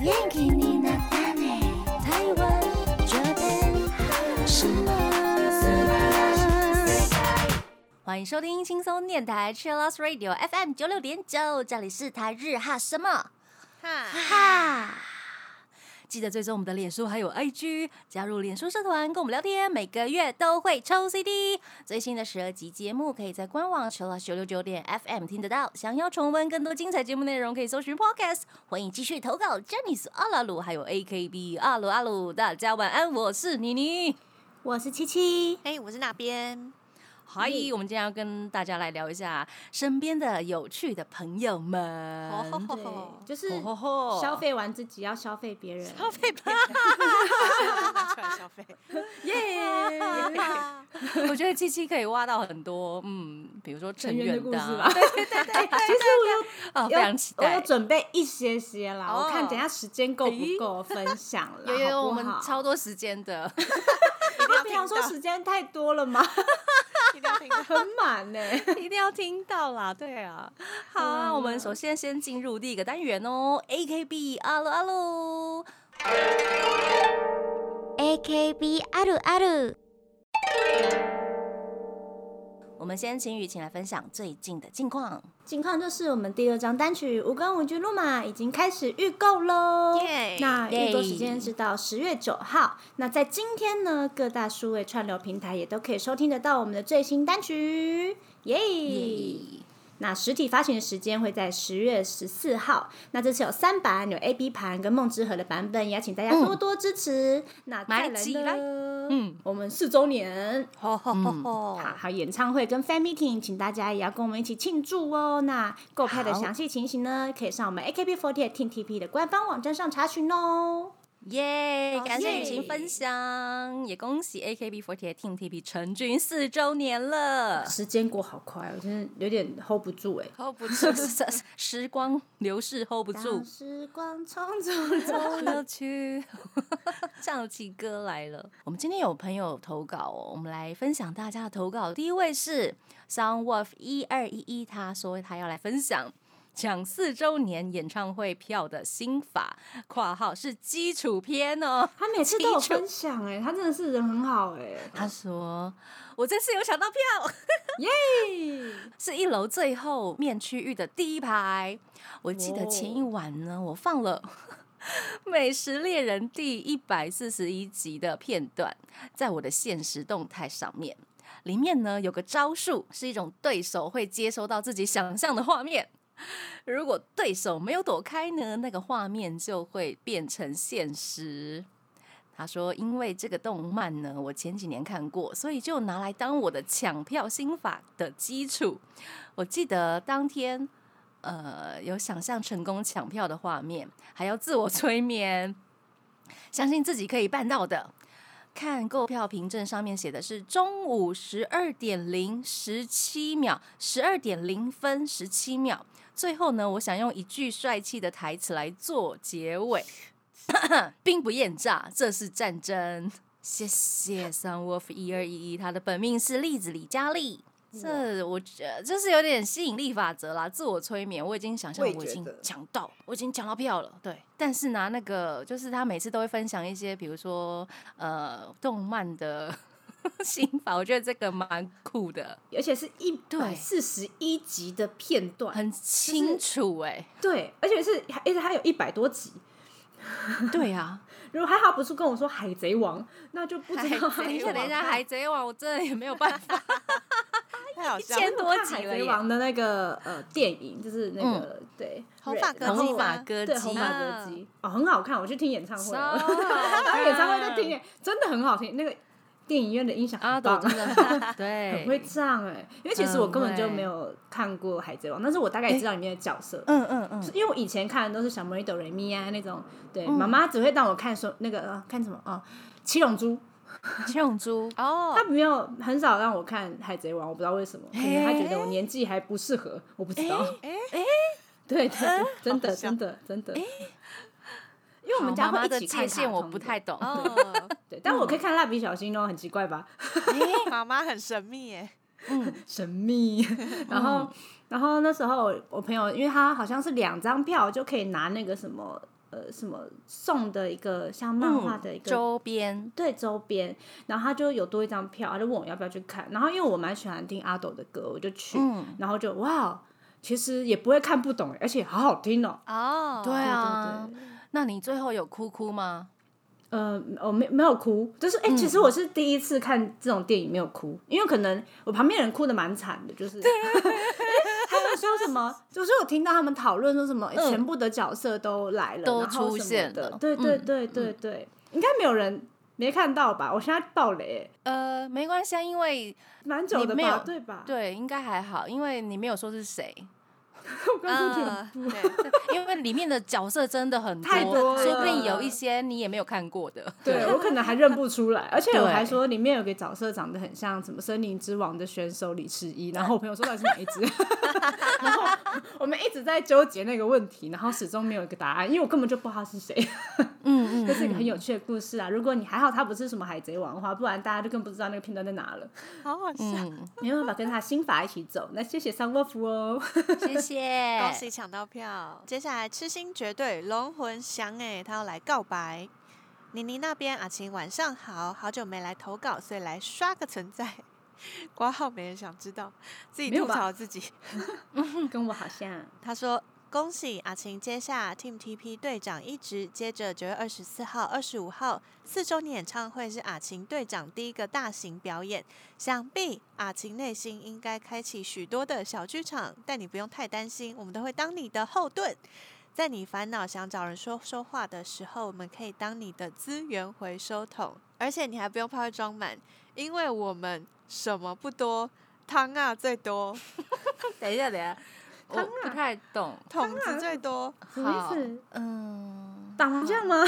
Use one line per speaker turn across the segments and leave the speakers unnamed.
元気になったね台湾这边什么？
欢迎收听轻松电台 Chillus Radio FM 九六点九，这里是台日哈什么
哈，
哈。记得追踪我们的脸书还有 IG，加入脸书社团跟我们聊天，每个月都会抽 CD。最新的十二集节目可以在官网 Chillus 九六九点 FM 听得到。想要重温更多精彩节目内容，可以搜寻 Podcast。欢迎继续投稿 j e n n y 阿拉鲁还有 AKB 阿鲁阿鲁。大家晚安，我是妮妮。
我是七七，
哎，我是 那边，
嗨，我们今天要跟大家来聊一下身边的有趣的朋友们。
哦吼吼
对
吼，，
就是
吼吼吼
消费完自己要消费别人，
消费别人，出来消费，
耶！我觉得七七可以挖到很多，嗯，比如说成
成员
员
的故
的
事
啊
吧。对 对对，哎 其实
啊，
我
非
有
常期
我有
待。
准备一些些啦，
哦哎
我看等一下时间够不够分享了，
有有有，
好不
我们
好
超多时间 的。
不要说时间太多了吗？
一定要听到，
很满呢。
一定要听到啦，对啊。好啊，我们首先先进入第一个单元哦，AKB 阿鲁阿鲁。
AKB あるある
我们先请雨晴来分享最近的近况。
近况就是我们第六张单曲《无根无据路马》已经开始预购喽。
哎
耶
那预购
耶
时间是到十月九号。那在今天呢，各大数位串流平台也都可以收听得到我们的最新单曲，耶、
嗯
那实体发行的时间会在十月十四号。那这次有三版，有 A、B 盘跟梦之河的版本，也要请大家多多支持。那再
嗯买
来
起
呢
来，嗯，哦
我们四周年
吼吼吼吼，
好，还有演唱会跟 fan meeting，请大家也要跟我们一起庆祝哦。那购票的
好
详细情形呢，可以上我们 AKB48 Team TP 的官方网站上查询哦。
耶、
好
感谢
耶
雨晴分享，也恭喜 AKB48 Team TP 成军四周年了。
时间过好快，我真的有点 hold 不住哎、
hold 不住，时 时光流逝 hold 不住
让。时光匆匆走了。
乐趣， 唱起歌来了。我们今天有朋友投稿哦，我们来分享大家的投稿。第一位是 Sound Wolf 一二一一，他说他要来分享抢四周年演唱会票的新法（括号是基础篇哦）。
他每次都有分享哎、他真的是人很好哎、
他说：“我这次有抢到票，
嘿
是一楼最后面区域的第一排。我记得
哦
前一晚呢，我放了。《美食猎人》第一百四十一集的片段，在我的现实动态上面，里面呢有个招数，是一种对手会接收到自己想象的画面。如果对手没有躲开呢，那个画面就会变成现实。他说：“因为这个动漫呢，我前几年看过，所以就拿来当我的抢票心法的基础。我记得当天，呃，有想象成功抢票的画面，还要自我催眠，相信自己可以办到的。看购票凭证上面写的是中午十二点零十七秒，十二点零分十七秒。最后呢，我想用一句帅气的台词来做结尾， 并不厌诈，这是战争。谢谢 Sun Wolf 一二一一，他的本命是栗子李佳丽。这我觉得这是有点吸引力法则啦，自我催眠。我已经想象
我也
我已
觉
经
得
抢到，我已经抢到票了。对，但是拿那个就是他每次都会分享一些，比如说呃动漫的 心法，我觉得这个蛮酷的，
而且是一
对
百四十一集的片段，
很清楚哎、
对，而且是而且它有一百多集。
对啊，
如果还好不是跟我说《海哎贼王》，啊那就 不知道他
海
们
贼
是
王，
怎么
等一下
看
海贼王，我真的也没有办法。
太好笑了，
千多集
海
了
贼
耶。
王的那个呃电影，就是那个、对
红发
Red，
歌
然后
姬
红发
吗
歌姬
对红发歌 姬哦，很好看，我去听演唱会了，
他
他演唱会在听
嗯
耶，真的很好听，那个电影院的音响
阿
很
斗
棒。
真的
很会
啊对，
唱哎、因为其实我根本就没有看过《海贼王》，但是我大概也知道里面的角色，
嗯嗯嗯，
因为我以前看的都是小魔女斗瑞咪啊那种，对，
嗯
妈妈只会让我看说那个、呃看什么哦，七龙珠，
七龙珠
哦
他，没有很少让我看《海贼王》，我不知道为什么，可能他
欸
觉得我年纪还不适合，我不知道。
哎
对对
呃
对，真
好
的
笑
真的真的。因为我们家
好妈妈
会
的
一起看
界限
卡
我
通
不
的
太懂。
哦，
对，但我可以看蜡笔小新哦，很奇怪吧？ 嗯
妈妈很神秘耶，嗯
神秘。然后然后那时候我我朋友，因为他好像是两张票就可以拿那个什么呃什么送的一个像漫画的一
嗯
个、
周边，
对周边，然后他就有多一张票，他就问我要不要去看。然后因为我蛮喜欢听阿斗的歌，我就去，
嗯，
然后就哇，其实也不会看不懂，而且好好听哦。
哦，
对啊
对对
那你最后有哭哭吗？
呃，我没没有哭，就是哎、其实
嗯
我是第一次看这种电影没有哭，因为可能我旁边人哭的蛮惨的，就是 他们说什么，就是我听到他们讨论说什么、哎
嗯
全部的角色都来了，
都
然后
出
什么
现
的
了
对对
嗯
对对对，应该没有人没看到吧？我现在爆雷，
呃，没关系，啊，因为
蛮久
你
的
没有
吧，对吧？
对，应该还好，因为你没有说是谁，
我刚
呃
刚就觉得
嗯，对，
因为里面的角色真的很
太多
说不定
了
有一些你也没有看过的。
对我可能还认不出来，而且
对
我还说里面有个角色长得很像什么《森林之王》的选手李世一，然后我朋友说到底是哪一只， 然后我们一直在纠结那个问题，然后始终没有一个答案，因为我根本就不知道他是谁。
嗯嗯，
这是一个很有趣的故事啊！如果你还好他不是什么海贼王的话，不然大家就更不知道那个片段在哪了，
好好笑，
嗯，
没办法跟他心法一起走。那谢谢桑沃夫哦，
谢谢，
恭喜抢到票。接下来痴心绝对龙魂翔哎，他要来告白。妮妮那边，阿晴晚上好，好久没来投稿，所以来刷个存在。 挂号没人想知道，自己
没有
吐
吧
槽自己。
嗯跟我好像。
他说：“恭喜阿晴接下 Team TP 队长一职，接着九月二十四号、二十五号四周年演唱会是阿晴队长第一个大型表演，想必阿晴内心应该开启许多的小剧场，但你不用太担心，我们都会当你的后盾。”在你烦恼想找人说说话的时候，我们可以当你的资源回收桶，而且你还不用怕会装满，因为我们什么不多，汤啊最多，
等一下，等一下，我
当
不
然
太懂。
桶子最多。
啊什么意
好
思？
嗯，
打麻将吗？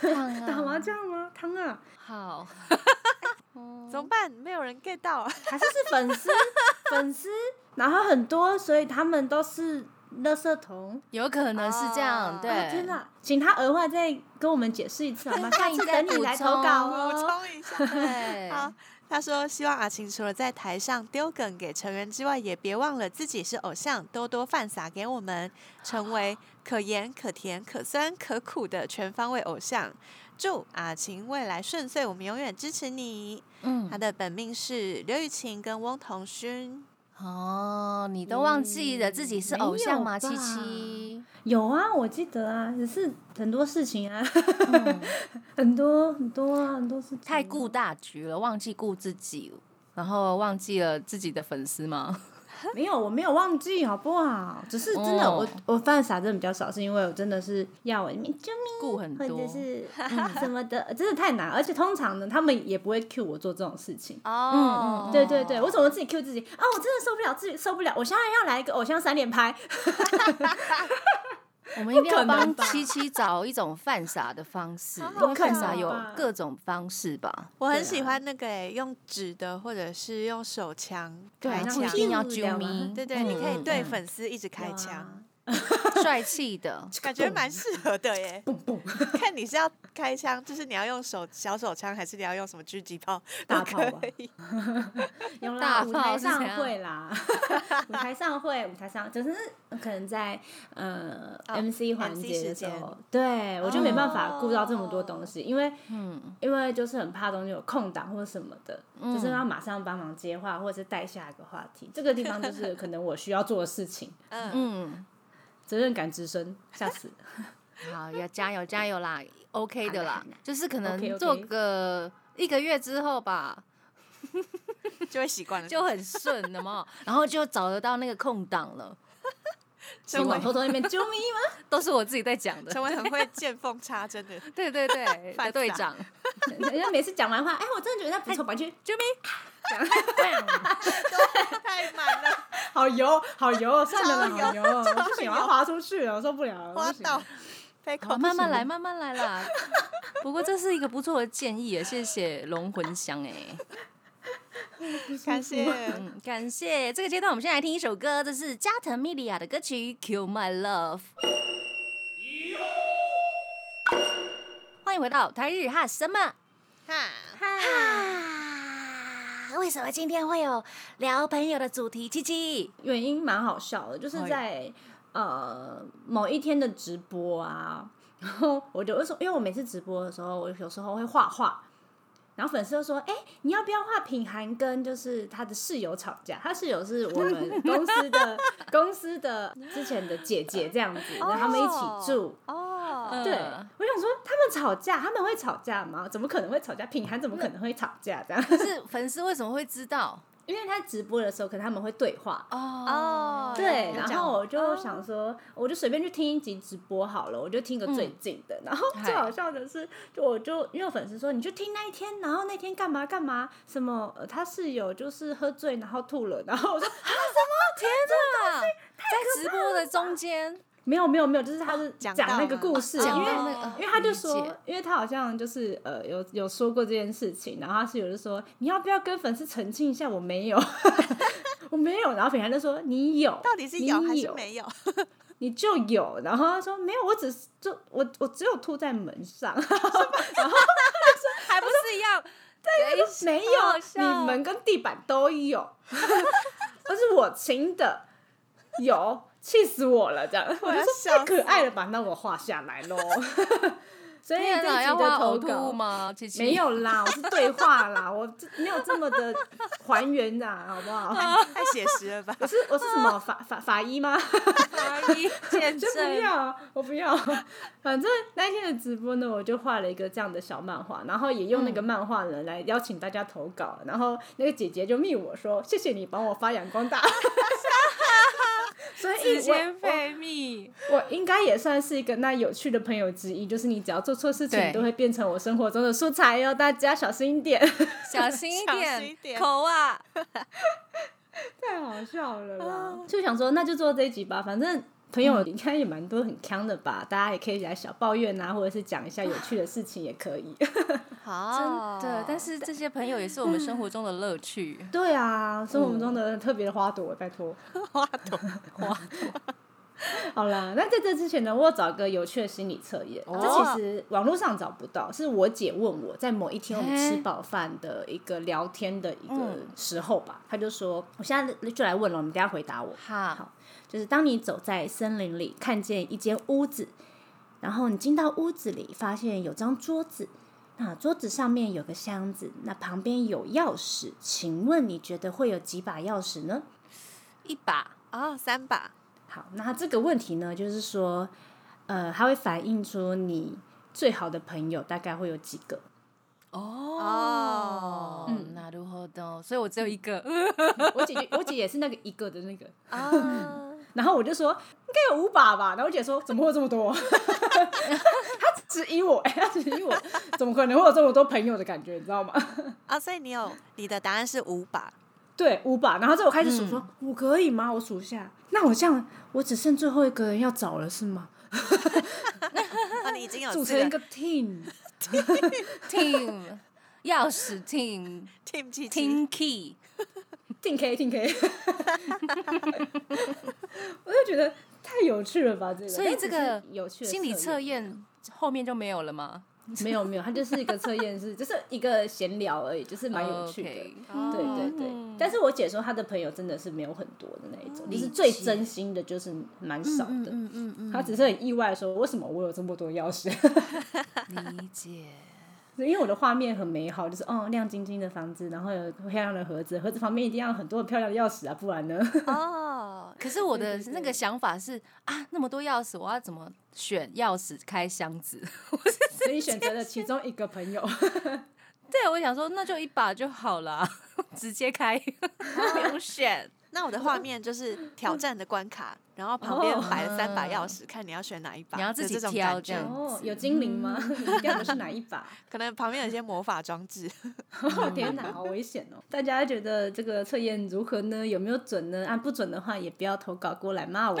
烫啊
打麻将吗？汤啊，
好，哦
怎么办？没有人 get 到 啊！
还是是 粉丝粉丝，然后很多，所以他们都是垃圾桶。
有可能是这样，
哦
对，
啊天哪，请他额外再跟我们解释一次 好吗？
下
下
一
次
次
等你来投稿
我
哦。
冲一下。
对，
好，他说希望阿晴除了在台上丢梗给成员之外，也别忘了自己是偶像，多多犯傻给我 们，成为可盐、可甜、可酸、可苦的全方位偶像。祝阿晴未来顺遂，我们永远支持你。
嗯
他，的本命是刘雨晴跟翁同勋，
哦，你都忘记了自己是偶像吗？
嗯没有
七
吧
七，
有啊，我记得啊，只是很多事情啊，
嗯
很多很多啊，很多事情。
太顾大局了，忘记顾自己，然后忘记了自己的粉丝吗？
没有，我没有忘记，好不好？只是真的，
哦
我我犯傻真的比较少，是因为我真的是要我救命
顾很
或者
多，
是嗯什么的，真的太难。而且通常呢，他们也不会 cue 我做这种事情。
哦嗯嗯
对对对，我怎么自己 Q 自己啊？我真的受不了自己，受不了！我现在要来一个偶像三连拍，
我们一定要
不可能
帮
吧
七七找一种犯傻的方式，
好好
因为犯
笑啊
傻有
吧
各种方式吧？
我
对
很
啊
喜欢那个诶、用纸的或者是用手枪
对
开
那
不
会
一
枪，
定要
嗯
啾
聊完
咪，
对对，你可以对
嗯嗯嗯
粉丝一直开枪。
帅气的，
感觉蛮适合的耶。
蹦蹦
看你是要开枪，就是你要用手小手枪，还是你要用什么狙击炮？
大
都
炮吧
可以。
有啦，
大
舞
炮
台
是怎
上
样
会啦， 舞台上会，舞台上只是可能在呃、
哦
MC 环节的
MC 时
时
间
候，对我就没办法顾到这么多
哦
东西，因为
嗯，
因为就是很怕东西有空档或什么的，就是
嗯
要马上帮忙接话或者是带下一个话题，这个地方就是可能我需要做的事情，
嗯，
嗯，
责任感之深，吓死了。
好，要加油加油啦，OK 的啦
好的好的，
就是可
OK，OK
能做个一个月之后吧，
嗯
就会习惯了。
就很顺了嘛，然后就找得到那个空档了，
结
成
果
为
偷偷那边啾咪吗？
都是我自己在讲的
成，为很会见缝插针的。
对对对，
犯
的队
傻
长，
人家每次讲完话，哎，我真的觉得不错，完全
救命！
太满了，
好油，好 油，算了啦，
超
好油，不行，我要滑出去了， 我受不了了，
花
不行
到被
好，
口
慢慢来，慢慢来啦。 不过这是一个不错的建议耶，谢谢龙魂香哎，
感谢。
嗯，感谢。这个阶段我们先来听一首歌，这是加藤米利亚的歌曲《Kill My Love》。欢迎回到台日哈什么？
哈，
啊，为什么今天会有聊朋友的主题？七七，
原因蛮好笑的，就是在、呃某一天的直播啊，然后我就会说，因为我每次直播的时候，我有时候会画画，然后粉丝就说：“哎、你要不要画品涵跟就是他的室友吵架？他室友是我们公司的 公司的之前的姐姐这样子，然后他们一起住。
哦，
对，
嗯
我想说他们吵架，他们会吵架吗？怎么可能会吵架？品涵怎么可能会吵架？这样，
可是粉丝为什么会知道？
因为他直播的时候，可能他们会对话。
哦
对，
有
然
讲
后我就
哦
想说，我就随便去听一集直播好了，我就听个最近的。然后最
嗨
好笑的是，就我就因为有粉丝说，你就听那一天，然后那天干嘛干嘛，什么、呃、他室友就是喝醉然后吐了，然后我说
天哪，啊在直播的中间，
没有没有没有，就是他是
讲
讲
到
那个
了
故事，
讲
因为
到那个
因为他就
哦理
说
解，
因为他好像就是呃有有说过这件事情，然后他室友就说你要不要跟粉丝澄清一下，我没有， 我没有，然后品涵就说你有，
到底是
你
有还是
有
没有？
你就有，然后他说没有，我只是就我我只有吐在门 上，
还不是一样？对
没
好好
有，
笑
你们跟地板都有， 而是我亲的，有，气死我 了，这样我就
要
说
笑
太可爱了吧，那我画下来喽。所以这一
天哪，要
集的
画
投
呕吐
稿
物吗？琪琪
没，有啦，我是对话啦， 我这没有这么的还原的，好不 好？
太写实 了吧？
我是我是什么法法法医吗？
阿姨见
就 不
证，
要，啊我不要。 反正那一天的直播呢，我就画了一个这样的小漫画，然后也用那个漫画呢来邀请大家投稿。然后那个姐姐就密我说：“谢谢你帮我发扬光大。” 所以
直接
我
被密，
我应该也算是一个那有趣的朋友之一，就是你只要做错事情，
对
都会变成我生活中的素材哟、大家小心一点。
小心一
小心一点
点，口啊，
太好笑了啦！ 嗯就想说那就做这一集吧，反正朋友应该也蛮多很强的吧，大家也可以来小抱怨啊，或者是讲一下有趣的事情也可以。
好
真的。但是这些朋友也是我们生活中的乐趣。
对啊，生活中的特别的花朵，拜 托。
花朵
好啦，那在这之前呢，我有找个有趣的心理测验，
哦
这其实网络上找不到，是我姐问我在某一天我们
嘿
吃饱饭的一个聊天的一个时候吧，她就说，我现在就来问了，我们等一下回答我。
好，
就是当你走在森林里，看见一间屋子，然后你进到屋子里，发现有张桌子，那桌子上面有个箱子，那旁边有钥匙，请问你觉得会有几把钥匙呢？
一把，
哦，三把
好，那这个问题呢，就是说，呃，它会反映出你最好的朋友大概会有几个。
哦
嗯
那如何的？所以我只有一个，
我姐姐，我姐也是那个一个的那个，
啊，
然后我就说应该有五把吧，然后我姐说怎么会有这么多？ 她质疑我，哎、她质疑我，怎么可能会有这么多朋友的感觉，你知道吗？
啊，所以你有你的答案是五把，
对，五把，然后这我开始数
嗯
说，我可以吗？我数一下，那我这样我只剩最后一个人要找了是吗？
啊，你已经有
组
四
成一个 team，
team 钥匙 team
team 七七
team key，
定 K 定 K，我就觉得太有趣了吧，这个，
所以
但
这
只是
个
有趣的
心理测
验。
验后面就没有了吗？
没有没有，它就是一个测验是，就是一个闲聊而已，就是蛮有趣的。
哦 OK
对对对，但是我姐说她的朋友真的是没有很多的那一种，就是
哦理
最
解
真心的，就是蛮少的。
嗯嗯
她只是很意外说，为什么我有这么多钥匙？
嗯，理解。
因为我的画面很美好，就是哦亮晶晶的房子，然后有漂亮的盒子，盒子旁边一定要有很多漂亮的钥匙啊，不然呢？
哦，
可是我的那个想法是啊，那么多钥匙，我要怎么选钥匙开箱子？
所以选择了其中一个朋友，
对，我想说那就一把就好了， 直接开， 不用 选。
那我的画面就是挑战的关卡，然后旁边
哦
摆了三把钥匙，看你要选哪一
嗯
把，
你要自己
就这种
挑
感觉
这样
哦，有精灵吗？你掉的是哪一把？
可能旁边有一些魔法 装置，
哦 天哪，好危险哦！ 大家觉得这个测验如何呢？有没有准呢？啊，不准的话也不要投稿过来骂我，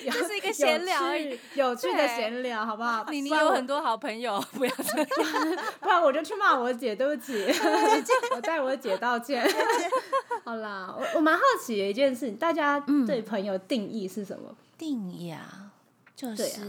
只
这是一个
有
闲聊而已
趣有趣的
对
闲聊，好不好？
你你
不然
有
我
很，多好朋友， 不要这样。
不然我就去骂我姐，对不 起， 我代我姐道歉。 好啦，我我蛮好奇的一件事，大家
嗯
对朋友定义是什么？
定义啊，就
对
是
啊、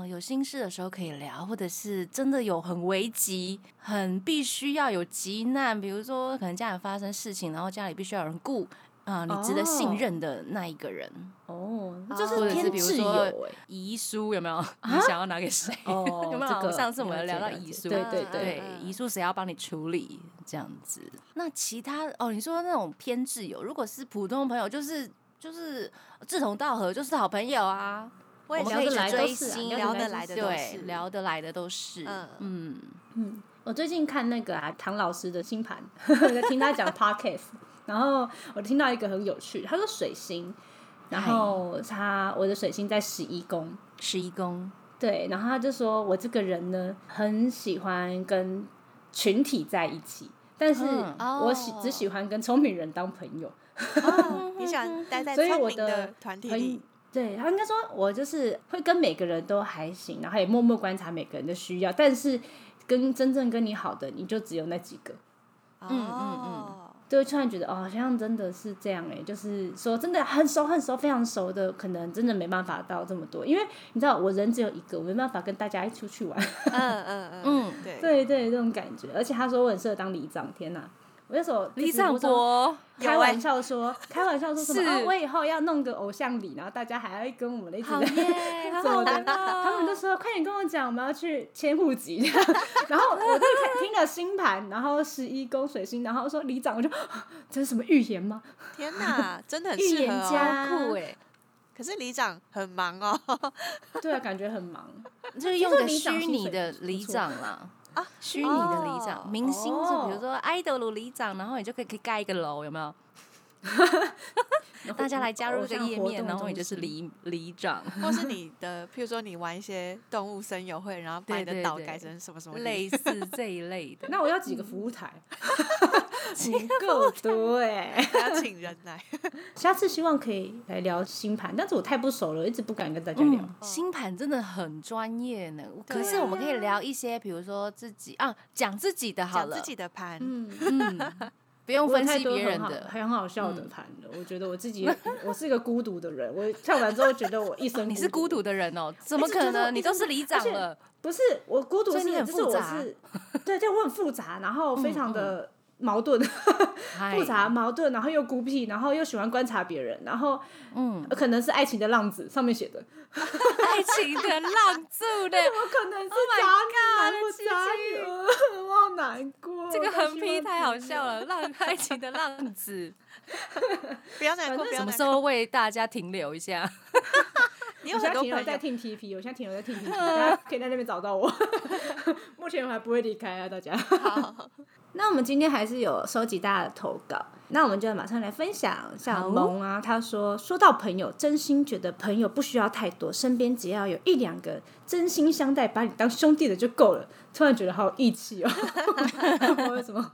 呃有心事的时候可以聊，或者是真的有很危急、很必须要有急难，比如说可能家里发生事情，然后家里必须要有人顾。啊、你值得信
哦
任的那一个人，
哦，那
哦
就
或者
是
是
偏
比如
自
说
由哎。
遗书有没有？ 你想要拿给谁？
啊哦
有没有？
这个
上次我们
了解
聊到
了解
遗书，
对对
对
对，遗书谁要帮你处理？这样子。那其他哦，你说那种偏挚友，如果是普通朋友，就是就是志同道合，就是好朋友啊。
我也
们
聊
可
想
以一起
得来都
追
是啊
星，
聊得
聊得
来
来的都
对
是，
聊得来的都是，
嗯
嗯，
嗯，我最近看那个啊，唐老师的星盘， 我在听他讲 podcast，然后我听到一个很有趣，他说水星，然后他我的水星在十一宫，
十一宫，
对，然后他就说我这个人呢，很喜欢跟群体在一起，但是
嗯
我喜、只喜欢跟聪明人当朋友，
哦你 喜欢待在
所以
聪
我
明
的
的团体
很
里，
对，他应该说，我就是会跟每个人都还行，然后也默默观察每个人的需要，但是跟真正跟你好的，你就只有那几个。
嗯
嗯
就会突然觉得，哦，好像真的是这样哎、就是说真的很熟很熟，非常熟的，可能真的没办法到这么多，因为你知道我人只有一个，我没办法跟大家一起出去玩。
嗯嗯嗯嗯，对，
对对，这种感觉。而且他说我很适合当里长，天哪！我那时候
李
在直
尚
播中
博，
开玩笑说，开玩笑说什么？
欸 是
啊，我以后要弄个偶像礼，然后大家还要跟我们一起
好哦耶，好好
走的
玩哦
他们就说：“快点跟我讲，我们要去迁户籍。” 然后我就听了星盘，然后十一宫水星，然后说里长，我就 啊这是什么预言吗？
天 哪，真的很
预
适
言
合哦。
家，
酷哎，
可是里长很忙哦，
对啊，感觉很忙。
就是用个
里长
虚
薪
拟
水
的
不错
里长啦。
啊，
虚拟的里
哦
长，明星是比如说 idol 里长，然后你就可以可以盖一个楼，有没有？大家来加入这个页面，然后你就是
里。
里里长，
或是你的，譬如说你玩一些动物森友会，然后把
对
你的
对
岛
对
改成什么什么里
类似这一类的。
那我要几个服 务台？ 不够多哎、
还要请人来。
下次希望可以来聊星盘，但是我太不熟了，一直不敢跟大家聊。
嗯，星盘真的很专业呢。我可
对
是我们可以聊一些，比如说自己啊，讲自己的 好
讲
了，
自己的盘，
嗯，
嗯，不用
我有
分
太
析
多
别
很
人
好
的。嗯
还很好笑的盘了。我觉得我自己，我是一个孤独的人。我跳完之后觉得我一 生
你是孤独的人哦，怎么
一直觉
可
得我
能？你
一直
都是里长
而且
了，
不是我孤独
所以
是，
你很
就是
复
我
杂嗯
是，对对，我很复杂，然后非常的矛盾，
嗨
复杂矛盾，然后又孤僻，然后又喜欢观察别人，然后
嗯，
可能是爱情的浪子上面写的，
爱情的浪 柱呢？
我可能是
my
渣
God，
男或
七
渣
七
女， 我好难过。
这个
我好
横
希
批
望
太好
自己
笑了，《浪爱情的浪 子
不要难过，不》，
什
要
么
难
时
过。
候为大家停留一下？
你
我
有
现
很
在
多
停留
朋
在
友，
听 TP，我现在停留在听 TP，大家可以在那边找到我。 目前我还不会离开啊，大家。
好
那我们今天还是有收集大家的投稿，那我们就马上来分享。
好
哦
像萌啊，他说说到朋友，真心觉得朋友不需要太多，身边只要有一两个真心相待、把你当兄弟的就够了。突然觉得好有义气哦， 不知道为什么？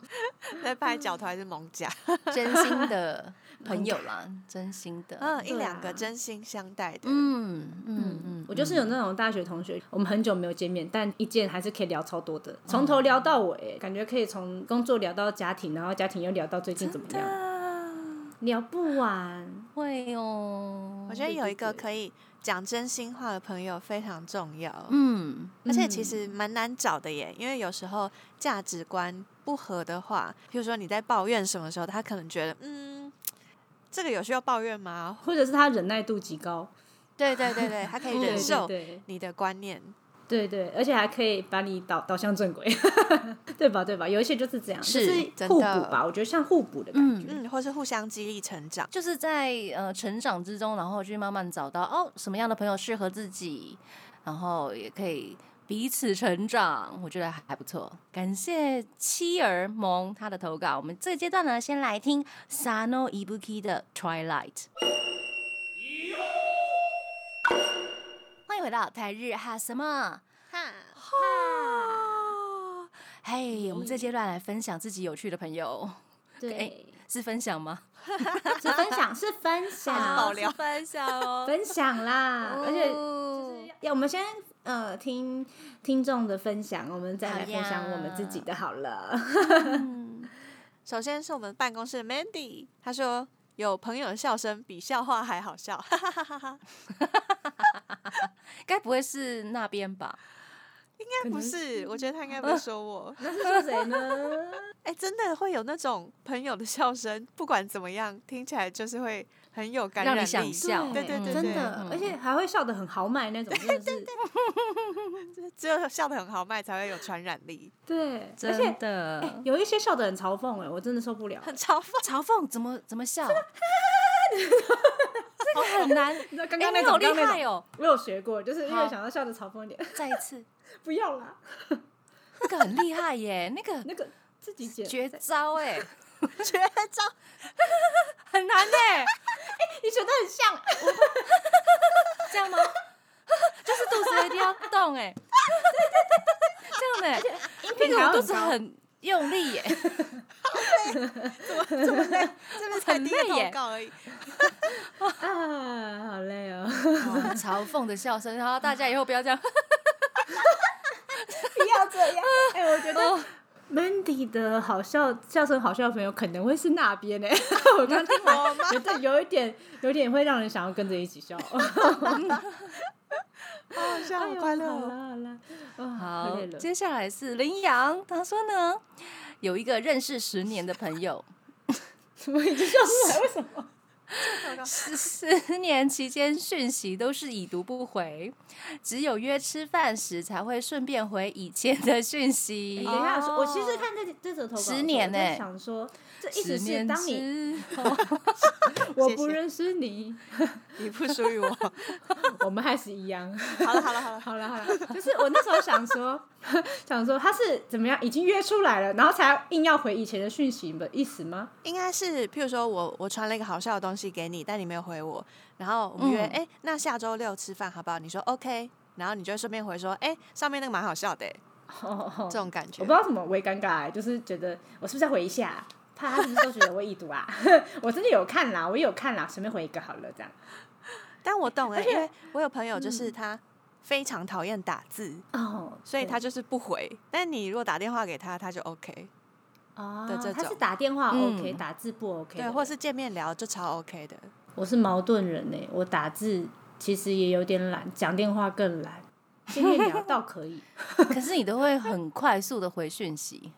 在拍脚头还是猛甲？
真心 的朋友啦，真心的，
嗯， 一
对
两
啊
个真心相待的，
嗯嗯嗯，
我就是有那种大学同学，我们很久没有见面，但一见还是可以聊超多的，从头聊到尾，感觉可以从工作聊到家庭，然后家庭又聊到最近怎么样，聊不完。
会哦
我，觉得有一个
对对
可以讲真心话的朋友非常重要，
嗯，
而且其实蛮难找的耶，因为有时候价值观不合的话，譬如说你在抱怨什么时候，他可能觉得嗯，这个有需要抱怨吗？
或者是他忍耐度极高，
对对对对，他可以
嗯
忍
对
受
对
你的观念，
对对对，而且还可以把你导导向正轨， 对吧？对吧？有一些就是这样，
是
就是
真
互补
的
吧，我觉得像互补的感觉。
嗯，或是互相激励成长。
就是在呃成长之中，然后去慢慢找到哦什么样的朋友适合自己，然后也可以彼此成长，我觉得还不错。感谢妻儿萌他的投稿，我们这个阶段呢，先来听 Sano Ibuki 的《Twilight》。欢迎回到台日哈什么？
哈，
哈嘿，我们这阶段来分享自己有趣的朋友，
对，
是分享吗？
是分享，是分
好
享，
聊
是分享 哦。
分享啦，而且
啊且
要我们先呃听听众的分享，我们再
好
来分享我们自己的好了。
首先是我们办公室的 Mandy，他说有朋友的笑声比笑话还好笑，哈哈哈哈哈，
该不会是那边吧？
应该该不是，我觉得他应该不会说我。
那是说谁 呢？
哎、真的会有那种朋友的笑声，不管怎么样，听起来就是会很有感染
让你
力。
想笑，嗯
对对对
嗯真
对
的，而且还会笑得很豪迈那种，真的是
只有笑得很豪迈才会有传染力，
对，而且
真的。
哎有一些笑得很嘲讽，哎，我真的受不了。
很嘲讽。
嘲讽怎么怎么 笑？这个很难，
你知 道刚
哎，
刚
你
那
好
种，
厉
刚刚
害
那种，
哦！
我有学过，就是因
好
为想要笑得嘲讽一点，
再一次，
不要啦，
那个很厉害耶，那个
那个自己剪。
绝招哎，
绝招！
很难哎，
你学得很像，
这样吗？ 就是肚子一定要动哎，这样的，哎
音
那
频
个
还要
我肚子
高，
很用力 耶，
这么累，这边才第一个
很累耶
投稿而已。
啊，好累哦，
哇嘲讽的笑声，然后大家以后不要这样，
不要这样。 哎，我觉得 Mandy 的好笑笑声好笑的朋友可能会是那边呢。 我刚听
我
完
吗
觉得 有一点有一点会让人想要跟着一起笑。
好好
哎
笑，好
呦
快乐
好
哦。
啦好啦，啊好
好
累，了。
接下来是林阳，他说呢，有一个认识十年的朋友，
怎么已经笑出来？为什么？
十 十年期间讯息都是已读不回，只有约吃饭时才会顺便回以前的讯息。
等一下，
哦
我其实看这这则投稿的时候，
十年
我在
欸
想说这意思
十
是
年
当你
之后，
我
谢
不
谢
认识你，
你不属于我。
我们还是一样。
好了好了好了，
好了好了，就是我那时候想说， 想说他是怎么样，已经约出来了，然后才硬要回以前的讯息的意思吗？
应该是，譬如说我我传了一个好笑的东西给你，但你没有回我，然后我们约，
嗯
哎、那下周六吃饭好不好？你说 OK，然后你就会顺便回说，哎、上面那个蛮好笑的、欸
哦，
这种感觉
我不知。道怎么微尴尬、就是觉得我是不是要回一下？怕他是不是都觉得我已读啊？ 我真的有看啦，我有看啦，随便回一个好了，这样。
但我懂哎、因为我有朋友就是他非常讨厌打字，
哦，
所以他就是不回。但你如果打电话给他，他就 OK，
哦
的这，
他是
种
打电话
嗯
OK，、打字不 OK，
对，
的
或是见面聊就超 OK 的。
我是矛盾人呢、我打字其实也有点懒，讲电话更 懒，见面聊倒可以，
可是你都会很快速的回讯息。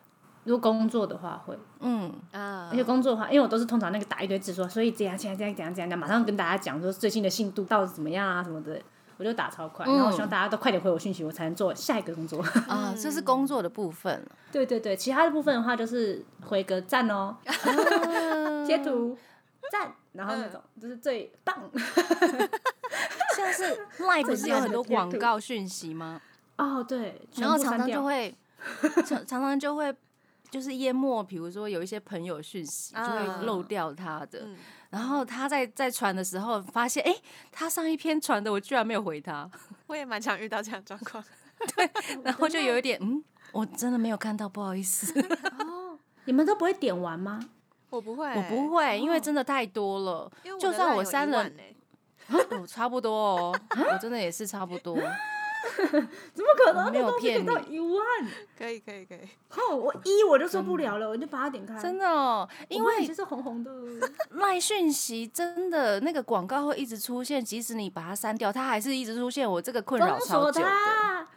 如果工作的话会。
嗯，
啊
而且工作的话，因为我都是通常那个打一堆字说，所以这样现在这样怎样怎样，马上跟大家讲说最新的进度到底怎么样啊什么的，我就打超快，
嗯
然后我希望大家都快点回我讯息，我才能做下一个工作。
啊，这是工作的部分。
对对对，其他的部分的话就是回个赞哦，
啊
截图赞，然后那种
嗯
就是最棒
像是 Line 不是有很多广告讯息吗？
哦，对，全
然后
部
常
删
常
掉
就会，常常常就会就是淹没，比如说有一些朋友讯息就
啊
会漏掉他的，
嗯
然后他在在传的时候发现，哎、他上一篇传的我居然没有回他，
我也蛮常遇到这样的状况。
然后就有一点嗯。我真的没有看到，不好意思，
哦，你们都不会点完吗？
我不会，
我不，会，因为真的太多了。
哦因为
就
的
算
LINE
我
有
删
一
了
万，欸
我差不多哦，我真的也是差不多。
怎么可能？
我没有
那东西
骗
给到
你
一万，
可以可以可以，
哦，我一我就受不了了，我就把它点开。
真的哦，因
我不会
为
就是红红的，
赖讯息真的那个广告会一直出现，即使你把它删掉，它还是一直出现。我这个 困扰
封
超
锁
久的，
它。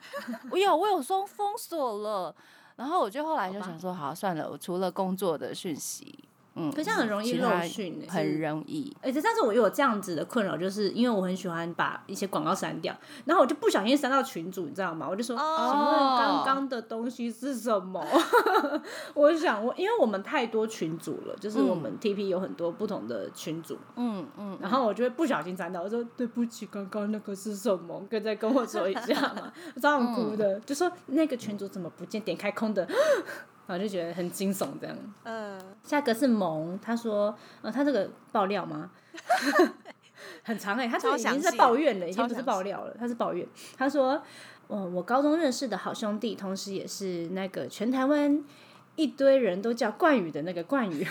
我有我有说封锁了，然后我就后来就想说，好算了，我除了工作的讯息，嗯，
可这样很容易
其
漏
他
讯欸
很
是
容易。
而且但是我有这样子的困扰，就是因为我很喜欢把一些广告删掉，然后我就不小心删到群主，你知道吗？我就说，
哦
请问刚刚的东西是什么？ 我想我因为我们太多群组了，就是我们 TP 有很多不同的群组，
嗯嗯，
然后我就会不小心删到，我说对不起，刚刚那个是什么？可以再跟我说一下吗？ 我超想哭的，
嗯
就说那个群主怎么不见？点开空的， 然后就觉得很惊悚这样。
嗯，
下一个是萌，他说，呃，他这个爆料吗？ 很长哎、欸，他这个
超
已
详
经
细
是在抱怨了，已
超
经不是
详
爆
细
料了，他是抱怨。他说，我我高中认识的好兄弟，同时也是那个全台湾一堆人都叫冠宇的那个冠宇。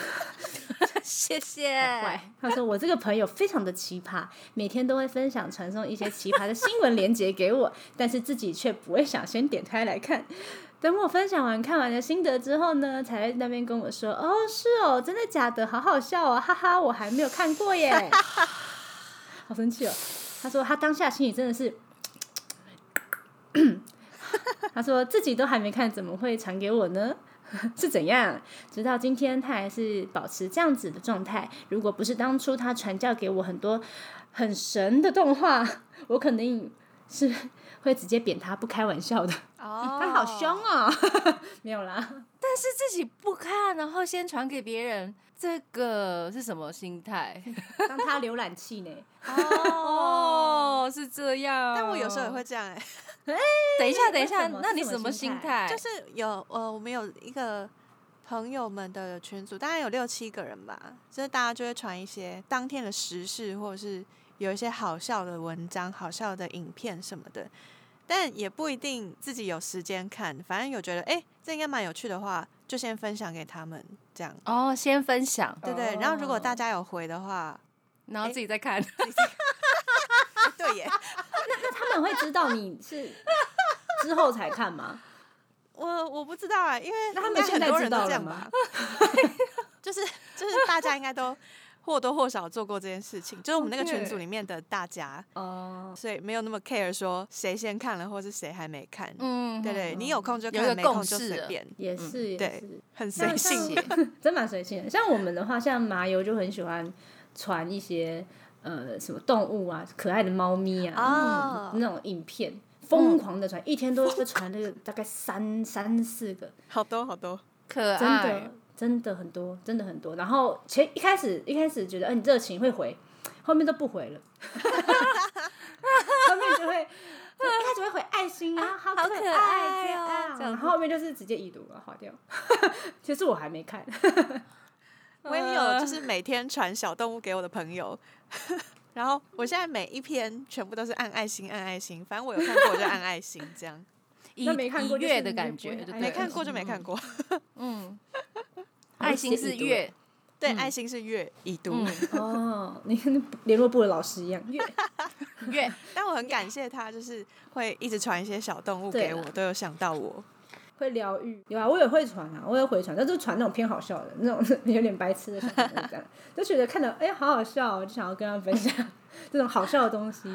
谢谢
怪。他说我这个朋友非常的奇葩，每天都会分享传送一些奇葩的新闻链接给我，但是自己却不会想先点开来看。等我分享完看完的心得之后呢，才在那边跟我说：“哦，是哦，真的假的？好好笑哦，哈哈，我还没有看过耶。” 好 生气哦！他说他当下心里真的是他说自己都还没看，怎么会传给我呢？ 是怎样？直到今天，他还是保持这样子的状态。如果不是当初他传教给我很多很神的动画，我肯定是会直接扁他，不开玩笑的。
哦，
他好凶哦！ 没有啦，
但是自己不看，然后先传给别人，这个是什么心态？
当他浏览器呢？
哦。
哦，是这样。
但我有时候也会这 样哎、
等一下，等一
为
下，
什么
那你
是什
什么
么
心
心
态？
就是有呃，我们有一个朋友们的群组，大概有六七个人吧，就是大家就会传一些当天的时事，或者是有一些好笑的文章、好笑的影片什么的，但也不一定自己有时间看，反正有觉得哎、诶这应该蛮有趣的话，就先分享给他们这样。
哦，先分享，
对对，然后如果大
哦
家有回的 话，
然后自己再看。
诶对耶，
那他们会知道你是之后才看吗？
我我不知道啊，因为
那他
应
们
该
现
很
在
多
知
人都
道
这
了
样吧
吗？
就是就是大家应该都或多或少做过这件事情，就是我们那个群组
OK
里面的大家，
哦，
所以没有那么 care 说谁先看了，或是谁还没看。
嗯，
对对，你有空就看，
有一个
没空
共
就
识
随
了
便，
也是，也
对
是，
很
那像
随性。
真蛮随性的。像我们的话，像麻油就很喜欢传一些呃什么动物啊，可爱的猫咪啊、
哦，
那种影片，
嗯
疯狂的传，一天都会传那个大概三三四个，
好多好多，
可
真
爱
的。真的很多，真的很多。然后前一开始一开始觉得嗯热情会回，后面都不回了， 后面就会。就一开始会回爱心啊，好可
好
爱，
可
可
爱哦
爱
这样
然
子
后后面就是直接已读了，划掉。 其实我还没看，
我也有
呃
就是每天传小动物给我的朋友。 然后我现在每一篇全部都是按爱心，按爱心，反正我有看过我就按爱心，这样
一
那没看过
一
就是
月
你
的
就
感
不
觉
会，
对不
爱
对
没看过就没看过。
嗯，
我
爱
就
心
写
是
已读了
月，
嗯
对，爱心是月已读，
嗯，
哦，你跟联络部的老师一样，越
嗯月，
但我很感谢他，就是会一直传一些小动物给
对
我，
啦
都有想到我。
会疗愈。有啊，我也会传啊，我也会传，但就是传那种偏好笑的，那种 有点白痴的小朋友这样，就觉得看到哎、好好笑、哦，就想要跟他分享这种好笑的东 西。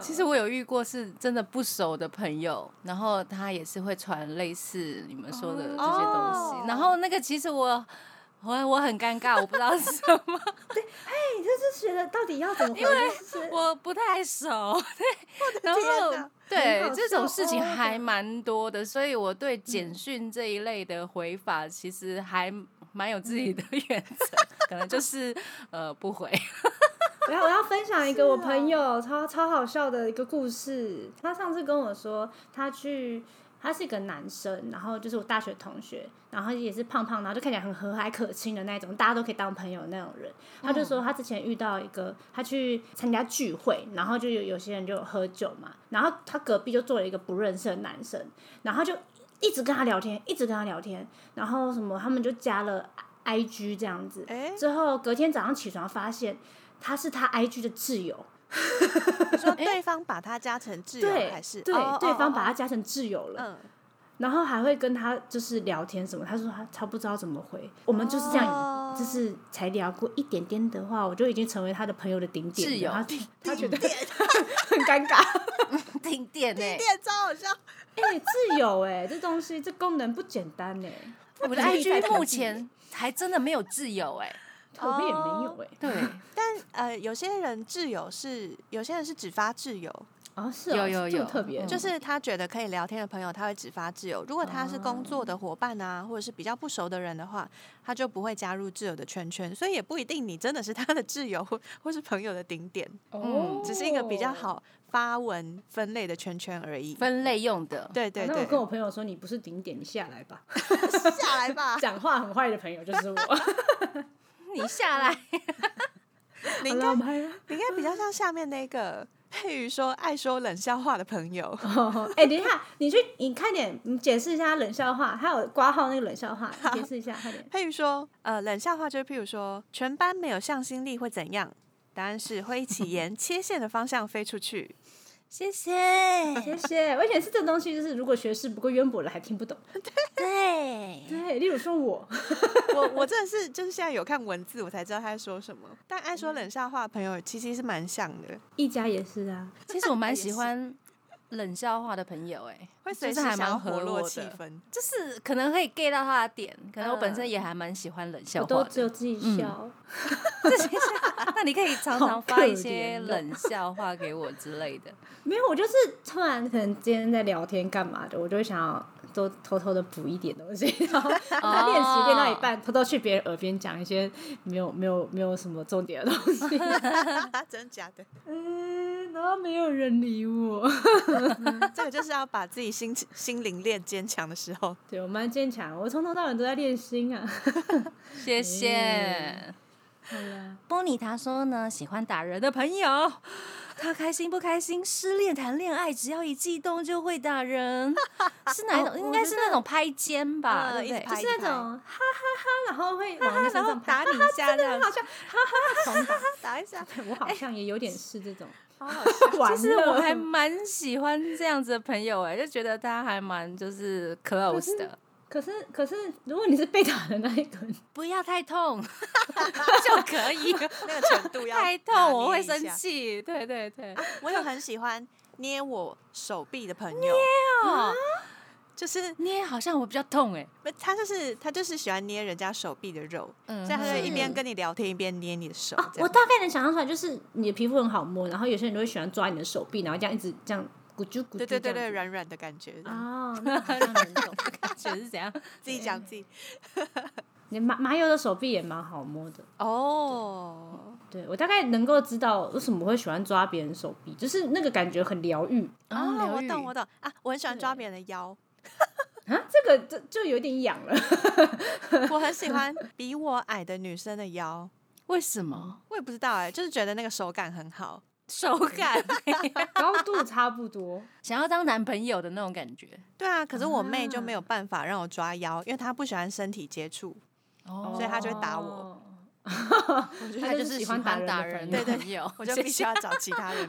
其实我有遇过是真的不熟的朋友，然后他也是会传类似你们说的这些东
哦
西，然后那个其实我。我我很尴尬，我不知道 是什么，
你就是觉得到底要怎么回？ 就是
我不太熟，对，然
天
后
哪
对
很好
这种
笑
事情
哦嗯
还蛮多的，所以我对简讯这一类的回法其实还蛮有自
嗯
己的 原则，可能就是呃不回，
然后我要分享一个我
是哦
朋友超超好笑的一个故事。他上次跟我说，他去，他是一个男生，然后就是我大学同学，然后也是胖胖，然后就看起来很和蔼可亲的那种，大家都可以当朋友的那种人。他就说他之前遇到一个，他去参加聚会，然后就有有些人就有喝酒嘛，然后他隔壁就坐了一个不认识的男生，然后他就一直跟他聊天，一直跟他聊天，然后什么他们就加了 I G 这样子，
哎，
之后隔天早上起床发现他是他 IG 的挚友，
你说对方把他加成挚友
对
还是
对、
哦
对方把他
哦
加成挚友了，
哦
然后还会跟他就是聊天什么。他说他他不知道怎么回，我们就是这样，
哦
就是才聊过一点点的话，我就已经成为他的朋友的顶点了，
挚友
他他觉得很尴尬。
停电欸呢、
嗯，一点超好笑，
哎、挚友哎、这东西这功能不简单哎、
我的
可以
IG
代表
目
自己
前还真的没有自由哎、
我们也没
哦
有哎、
对，
但呃，有些人挚友是有些人是只发挚友，
哦是哦
有有
是这么
有
特别，
嗯
就是他觉得可以聊天的朋友，他会只发挚友；如果他是工作的伙伴啊，或者是比较不熟的人的话，他就不会加入挚友的圈圈。所以也不一定你真的是他的挚友或或是朋友的顶点，
哦
嗯
只是一个比较。好发文分类的圈圈而已。
分类用的，
对对
啊那
对
我，跟我朋友说，你不是顶点，你下来吧。，
下来 吧
讲话很坏的朋友就是我。
你下来
你
好
应
了，我
该
们还
你应该比较像下面那个佩瑜说爱说冷笑话的朋友。
哦， 哎、等一下，你去，你快点，你解释一下冷笑话，还有挂号那个冷笑话，你解释一下，快点。
佩瑜说，呃，冷笑话就是譬如说，全班没有向心力会怎样？答案是会一起沿切线的方向飞出去。
谢谢，
谢谢。我以前是这东西，就是如果学识不够渊博了，还听不懂。
对，
对，例如说我，
我我真的是就是现在有看文字，我才知道他在说什么。但爱说冷笑话的朋友其实是蛮像的。
一家也是啊，
其实我蛮喜欢冷笑话的朋友、哎，
会
就
随
是
时
还
想要
蛮
活
合
络
我
气
的，
氛。
就是可能可以 get 到他的点，可能我本身
嗯
也还蛮喜欢冷笑
我
话
都
的
只有自己笑。
那你可以常常
好
发
可
一些
怜哦
冷笑话给我之类的。
没有，我就是突然可能今天在聊天干嘛的，我就会想要都偷偷的补一点东西，然后 在练习练到一半，偷偷去别人耳边讲一些没有没有没有什么重点的东西，
真假的？
嗯，然后没有人理我。
这个就是要把自己心心灵练坚强的时候。
对我蛮坚强，我从头到尾都在练心啊。
谢谢
嗯。 好啦，
波尼他说呢，喜欢打人的朋友，他开心不开心，失恋谈恋爱，只要一激动就会打人，是哪一种？
哦
应
我
该
觉
是
得
那种拍肩吧，
呃
对不
一
对
直？
就
拍
是那种哈哈哈，然后会往你身
然后
上拍，
打你一下，这样
好像哈哈哈狂打。
打一下，
我好像也有点是这种，
好好笑。
完
其实我还
了
蛮喜欢这样子的朋友哎、就觉得他还蛮就是 close 的，
可是可是，如果你是被打的那一个，
不要太痛就可以，
那个程度要
太痛
拿捏
我会
一下
生。气。对对对，
我有很喜欢捏我手臂的朋友，
哦，
就是
捏好像我比较痛哎、
不他就是他就是喜欢捏人家手臂的肉，
嗯
所以他就是一边跟你聊天一边捏你的手。
哦，
这
我
样
大概能想象出来，就是你的皮肤很好摸，然后有些人就会喜欢抓你的手臂，然后这样一直这样咕啾咕啾，
对对对对，。软软的感觉。
哦，那好像能懂。
感觉是怎样？
自己讲自己
你麻麻油的手臂也蛮好摸的，
哦，
对我大概能够知道为什么会喜欢抓别人手臂，就是那个感觉很疗愈
哦，
啊疗
我
愈
懂我懂啊，我很喜欢抓
对
别人的腰，
啊。这个就就有点痒了，
我很喜欢比我矮的女生的腰，
为什么
我也不知道哎，就是觉得那个手感很好。
手感
高度差不多。
想要当男朋友的那种感觉？
对啊，可是我妹就没
啊
有办法让我抓腰，因为她不喜欢身体接触，
哦
所以他就会打我
哦。
他
就
就是是
喜
喜
欢
欢
打
打
人
人
的
的朋友，
我就必须要找其他人。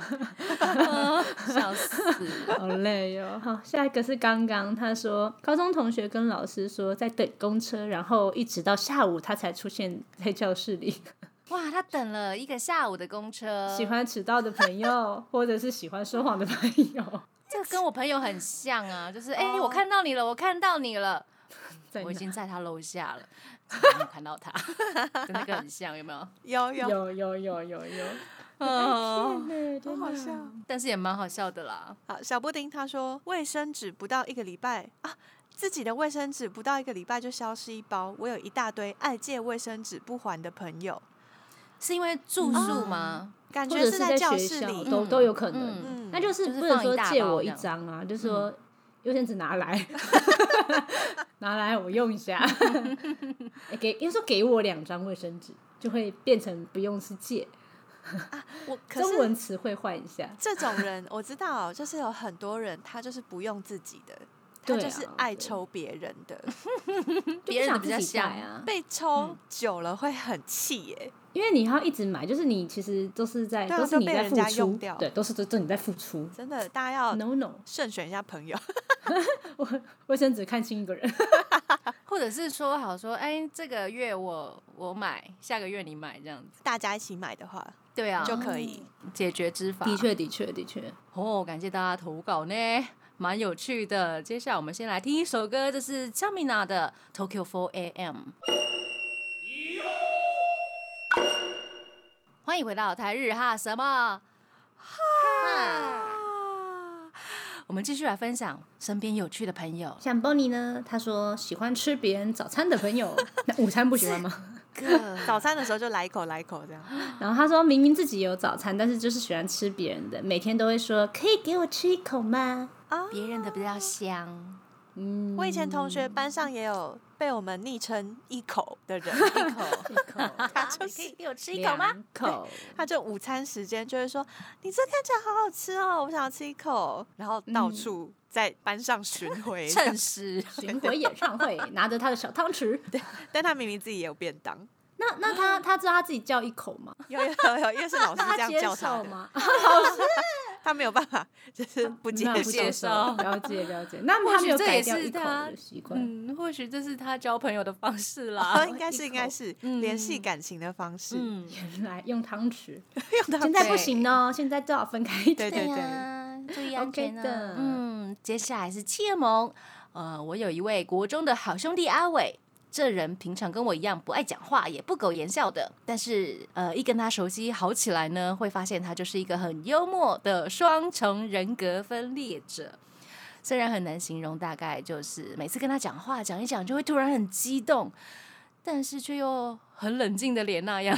笑死。
好累哟、好，下一个是刚刚他说，高中同学跟老师说在等公车，然后一直到下午他才出现在教室里。
哇，他等了一个下午的公
呃
车，
喜欢迟到的朋友，或者是喜欢说谎的朋 友，
这个跟我朋友很像啊，就是哎、
哦
我看到你了，我看到你了，
在
我已
哪
经在他楼下了，我没有看到他，跟那个很像，有没有？
有有，
有有有有有，
嗯，
对，
哦好
真
好
的
笑。
但是也蛮好笑的啦。
好，小布丁他说，卫生纸不到一个礼拜啊，自己的卫生纸不到一个礼拜就消失一包。我有一大堆爱借卫生纸不还的朋友，
是因为住宿吗？
感
或
觉
者
在
在
教
学
室
校
里，
都
嗯
都有可能，
嗯，
嗯，
那就是
就是
不能
放一
说
大
借
包
我
这
一
样
张啊，就说优先纸拿来，拿来我用一下，欸给应该说给我两张卫生纸，就会变成不用是借，
我可
中文
是
词汇换一下，
这种人我知道，就是有很多人他就是不用自己的，他
对
就是
啊
爱
对
抽别人的，
别人
就
的
不
比较
想自己带
像，
啊，
被抽久了会很气耶。
因为你要一直买，就是你其实都是在
对啊
都是你
都被
在
人
付
家用
出
掉，哦
对，都是都都你在付出
真的，大家要
，no no。
慎选一下朋友。
卫生纸看清一个人，
或者是说好说，哎、这个月我我买，下个月你买这样子，
大家一起买的话
对啊，
就可以。
解决之法。
的，确，的确，的确，
哦，感谢大家投稿呢，蛮有趣的。接下来我们先来听一首歌，这是 Chamina 的《Tokyo 4 A.M》。欢迎回到台日哈什么哈？
哦
我们继续来分享身边有趣的朋友，
像 Bonnie 呢，他说喜欢吃别人早餐的朋友，那午餐不喜欢吗？
早餐的时候就来一口来一口这样，
然后他说明明自己有早餐，但是就是喜欢吃别人的，每天都会说可以给我吃一口吗？
别人的比较香，
嗯，
我以前同学班上也有被我们昵称“一口”的人，
一口，
一 口，
他就
你可以
是
给我吃一口吗？
两口，
他就午餐时间就会说：“你这看起来好好吃哦，我想要吃一口。”然后到处在班上巡回 这样，
趁食，
巡回演唱会，拿着他的小汤匙。
但他明明自己也有便当，
那那 他他知道他自己叫一口吗？
有有有有，因哦为是老师
那
这
他
样
接
叫他
受
的，
吗？
他没有办法，就是不接
那不
受
接。 受，了解了解。那他没有
或许这
改
也
掉
是
一口
他
的习惯，
嗯，或许这是他交朋友的方式
哦，
啦。
应该是应该是联系感情的方式，
嗯，
原来用汤匙，
用到
现在
对
不行哦，现在最好分开一点。
对对对，
呀注意安全呢、
OK 的
嗯，接下来是切萌，呃，我有一位国中的好兄弟阿伟。这人平常跟我一样不爱讲话，也不苟言笑的，但是呃，一跟他熟悉好起来呢，会发现他就是一个很幽默的双重人格分裂者。虽然很难形容，大概就是每次跟他讲话讲一讲，就会突然很激动，但是却又很冷静的脸那样。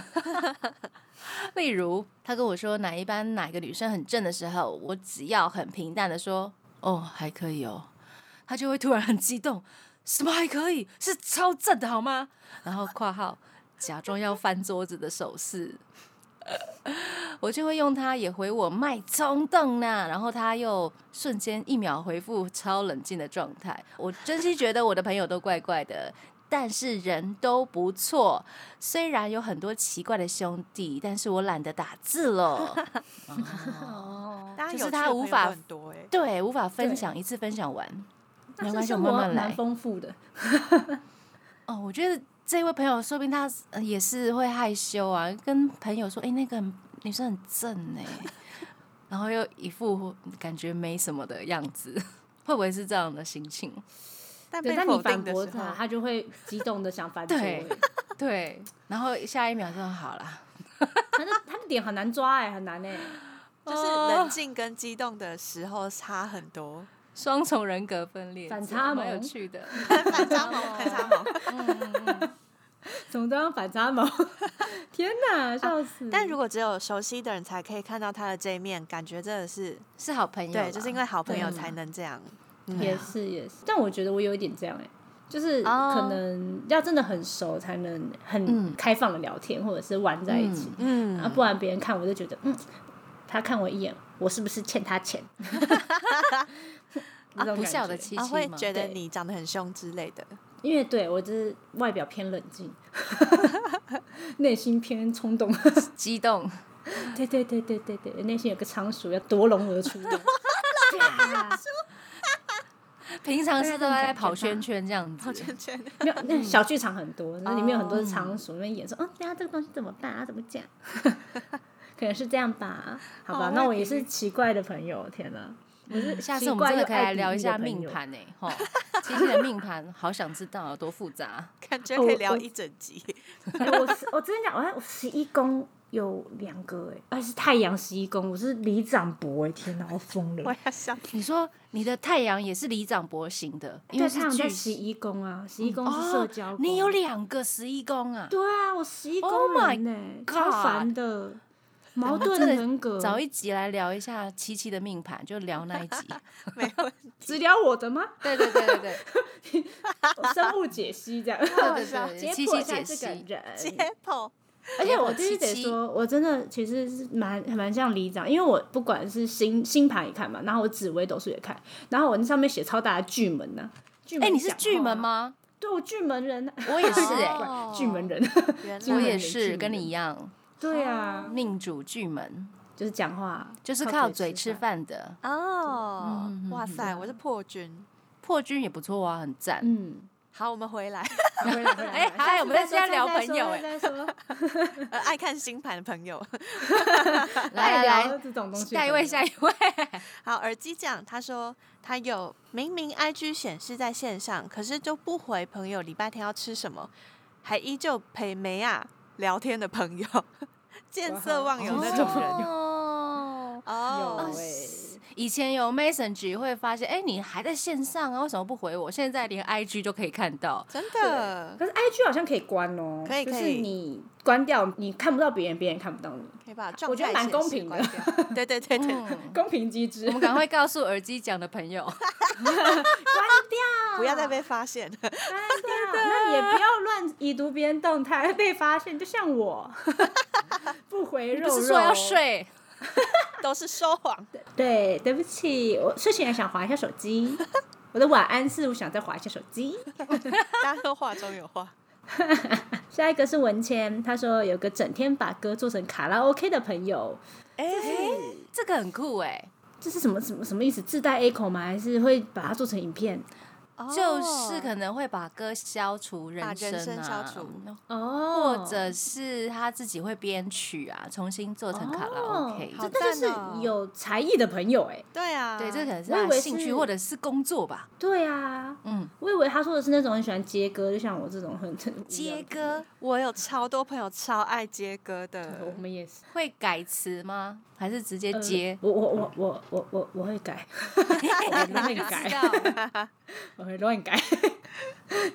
例如，他跟我说哪一班哪个女生很正的时候，我只要很平淡的说“哦，还可以哦”，他就会突然很激动，什么还可以，是超正的好吗？然后括号假装要翻桌子的手势， 我就会用它也回我卖冲动呐、然后他又瞬间一秒回复超冷静的状态。我真心觉得我的朋友都怪怪的，但是人都不错。虽然有很多奇怪的兄弟，但是我懒得打字了。
哦，
当然
就是
有趣
他
的
无
朋友
法
很多哎、
对，无法分享，一次分享完，没关系，我慢慢来
蛮。丰富的。
哦，我觉得这位朋友，说不定他呃也是会害羞啊，跟朋友说，哎、那个很女生很正 哎、然后又一副感觉没什么的样子，会不会是这样的心情？
但
对，
被
但你
否
反
定的
驳
时
他，
候，
他就会激动的想反驳。
对对，然后下一秒就好了，
他的他的点很难抓哎，很难哎。
就是冷静跟激动的时候差很多。
双重人格分裂，
反差
蛮有
萌
趣的。
反差萌， 反差萌。
怎么都要反差萌？ 天哪，笑死！
但如果只有熟悉的人才可以看到他的这一面，感觉真的是
是好朋友啦，啊
对，就是因为好朋友
对
才能这样。
也是也是，但我觉得我有一点这样哎、就是
哦
可能要真的很熟才能
嗯
很开放的聊天，或者是玩在一起，
嗯，
啊，不然别人看我就觉得，嗯，他看我一眼，我是不是欠他钱？ 啊这种
不
感
孝的
觉
妻
啊，会
妻吗？
觉得
对
你长得很凶之类的。
因为对我就是外表偏冷 静，内心偏冲动，
激动，
对对对对对对，内心有个仓鼠要夺龙而 出的。啪
平常是都
对啊这种
在
感觉
跑
吧
圈圈这样子，
没有，那小剧场很多，那里面有很多仓鼠，那边演说，哦，等一下这个东西怎么办啊？怎么讲？可能是这样吧，好吧，
哦
那
外
我也
比
是奇怪的朋友，天哪！我是
下次
奇
我们
怪
真的
又
可以
爱
来
比
聊
喻
一
的
下
朋
命
友，
盘呢、欸，吼，七星的命盘，好想知道有多复杂。
感觉
哦
可以
我
聊
我
一整集，
哎我是我之前讲，我还我十一宫有两个哎，而是太阳十一宫，我是李长博哎，天哪，我疯了
我。要笑。
你说你的太阳也是里长博型的，因
对，
为
太
是
阳在
巨
十
星
一宫啊，十一宫是社交
哦
宫、，啊
你有两个十一宫啊？
对啊，我十一
Oh
宫
my
人呢、超
God
烦的，矛
真
盾
的
人格。
找一集来聊一下七七的命盘，就聊那一 集。
只聊我的 吗？
对对对对对
我生物解析 这样，
对对对，
解
七
剖
七
一下
解
这个
析。
人。
解剖，
而且我
解剖
必须得
七七
说，我真的其实是蛮蛮像里长，因为我不管是星星盘也看嘛，然后我紫微斗数也看，然后我那上面写超大的巨门呢、巨门
哎，你是
讲话
巨门？吗？
对，我巨门人啊，
我也是哎，
哦
巨门人。
原
我
我
来
也
人巨
是
门
跟你一样，
对啊，
命主巨门，
就是讲话，
哦就是靠嘴吃。饭的。
哦
嗯嗯嗯，
哇塞，我是破军。
破军也不错啊，很赞。
嗯，
好，我们回来。
回来回来
哎
回来
嗨我们在
下次再
聊
说
朋友哎
下次再说
呃，爱看星盘的朋友，
来
爱
来
聊
来，
这种东西
下
的朋友。
一位，下一 位。
好，耳机讲，他说他有明明 IG 显示在线上，可是就不回朋友礼拜天要吃什么，还依旧陪梅啊聊天的朋友，见色忘友那种人。
哦。
有
哦，
哎，
以前有 Messenger 会发现，哎、你还在线上啊，为什么不回我？现在连 IG 就可以看到，
真的
可是 IG 好像可以关哦，
可以
就
可
是
以
你关掉，你看不到别人，别人也看不到你，
可以把状态
我觉得蛮
显
公
示
平的
关掉。对对对对，
嗯，
公平机制
我。们赶 快告诉耳机讲的朋 友，
不要再被发现。
删掉， 那也不要乱已读别人动态，会被发现。就像我， 不回肉
不
肉，
是说要。睡，
都是说谎。
对，对不起，我睡前想划一下手机，我的晚安是我想再划一下手机。
大家都话中有话。
下一个是文谦，他说有个整天把歌做成卡拉 OK 的朋友，
哎、
这个很酷哎、
这是什么什么什么意思？自带 A 口吗？还是会把它做成影片？
就是可能会把歌消除人
哦把人
声
声消
啊，
除嗯
哦，
或者是他自己会编曲啊，重新做成卡拉
哦
OK
好
这但是
赞哦
有才艺的朋友哎、
对啊，
对，这可能是
我以
他
为
的兴趣
是
或者是工作吧。
对啊，
嗯，
我以为他说的是那种很喜欢接歌，就像我这种很很
接，
无聊
歌
我有超多朋友超爱接歌
的朋友
的
我，们也是
会改词吗？还是直接 接？
呃我我我我我我我会改， 我会乱 改，我会乱改。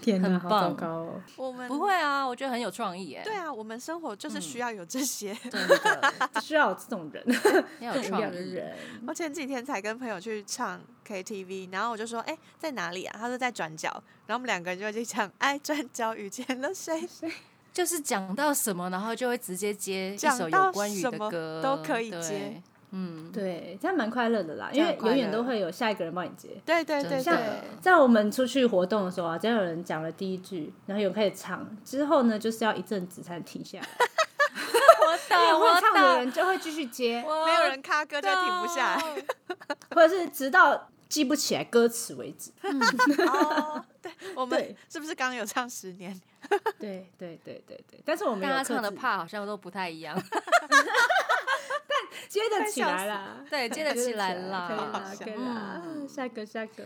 天哪，
很
好
棒
糟糕哦！
我们
不会啊，我觉得很有创意耶。
对啊，我们生活就是需
嗯
要有这些。
真的
需要有这种人，
要
这
有
种无
创
聊的
意。
人。
我前几天才跟朋友去唱 KTV，然后我就说：“哎、在哪里啊？”他说在转角，然后我们两个人就去唱《哎，转角遇见了谁》，
就是讲到什么，然后就会直接接一
讲
首
到
有关于
什
的
么
歌，
都可以
对
接。
嗯，
对，这样蛮快乐的啦，因
这
为
样快
永远
乐
都会有下一个人帮你接。
对对对
真
像
对
的，
在我们出去活动的时候啊，只要有人讲了第一句，然后有人开始唱，之后呢，就是要一阵子才能停下来。
我
有
懂，
会
我
唱的
懂
人就会继续接，
没有人咖歌就停不下来。
来。
或者是直到记不起来歌词为止。
哦， 对，我们
对
是不是刚刚有唱《十年》？
对对对对对，但是我们
大
有
家
克
唱的
制
怕好像都不太一样，
接得起来啦，
对，接得起来
可以
啦
啦，。可以啦，
嗯
下一个下一个，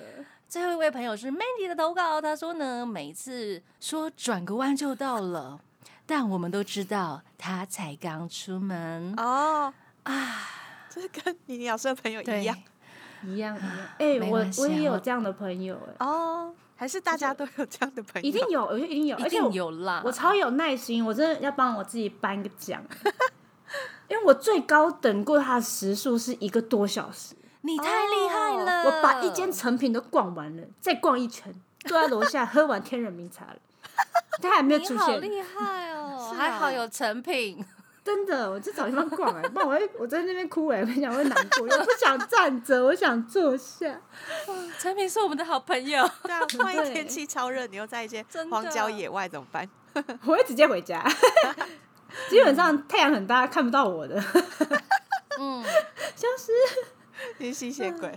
最后一位朋友是 Mandy 的投稿，他说呢，每次说转个弯就到了，但我们都知道他才刚出门，
哦啊，这跟妮妮老师的朋友
对
一样
一样一样。哎，
没
我
关系啊
我也有
我
这样的朋友，哎，
哦，还是大家都有这样的朋友？
一定有，我觉得一定有，
一
而且
定
我
有啦。
我超有耐心，我真的要帮我自己颁个 奖，因为我最高等过他的时速是一个多小时，
你太厉害了，
哦我把一间成品都逛完了，再逛一圈，坐在楼下 喝完天人茗茶了，他还没有
你
出
好
现，
厉害哦，
是
还好
啊
有成品。
真的，我就找地方逛哎、不然我会我在那边哭哎、我想会难过，我不想站着，我想坐下，
成品是我们的好朋友，
对啊，万一
对
天气超热，你又在一些
真的
荒郊野外怎么办？
我会直接回家。 基本上太阳很大，看不到我的，
嗯
消失。
你是吸血鬼，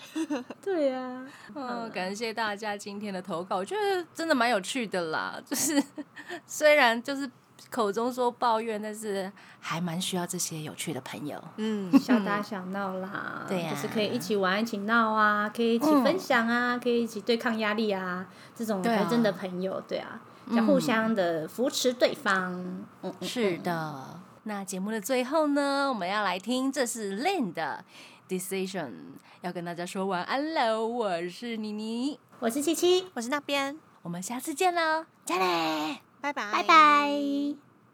对啊呀、
嗯，感谢大家今天的投稿，我觉得真的蛮有趣的啦。就是 虽然就是口中说抱怨，但是还蛮需要这些有趣的朋友。
嗯，
小打小闹啦，
对呀嗯
就是可以一起玩、一起闹啊，可以一起分享啊，可以一起对抗压力啊，这种
对啊嗯
才真的朋友，对啊，要互相的扶持对方。嗯嗯，嗯
是的，那节目的最后呢，我们要来听，这是 Lin 的 Decision，要跟大家说晚安喽。我是妮妮，
我是七七，
我是那边，
我们下次见喽，加嘞！
拜拜，
拜拜。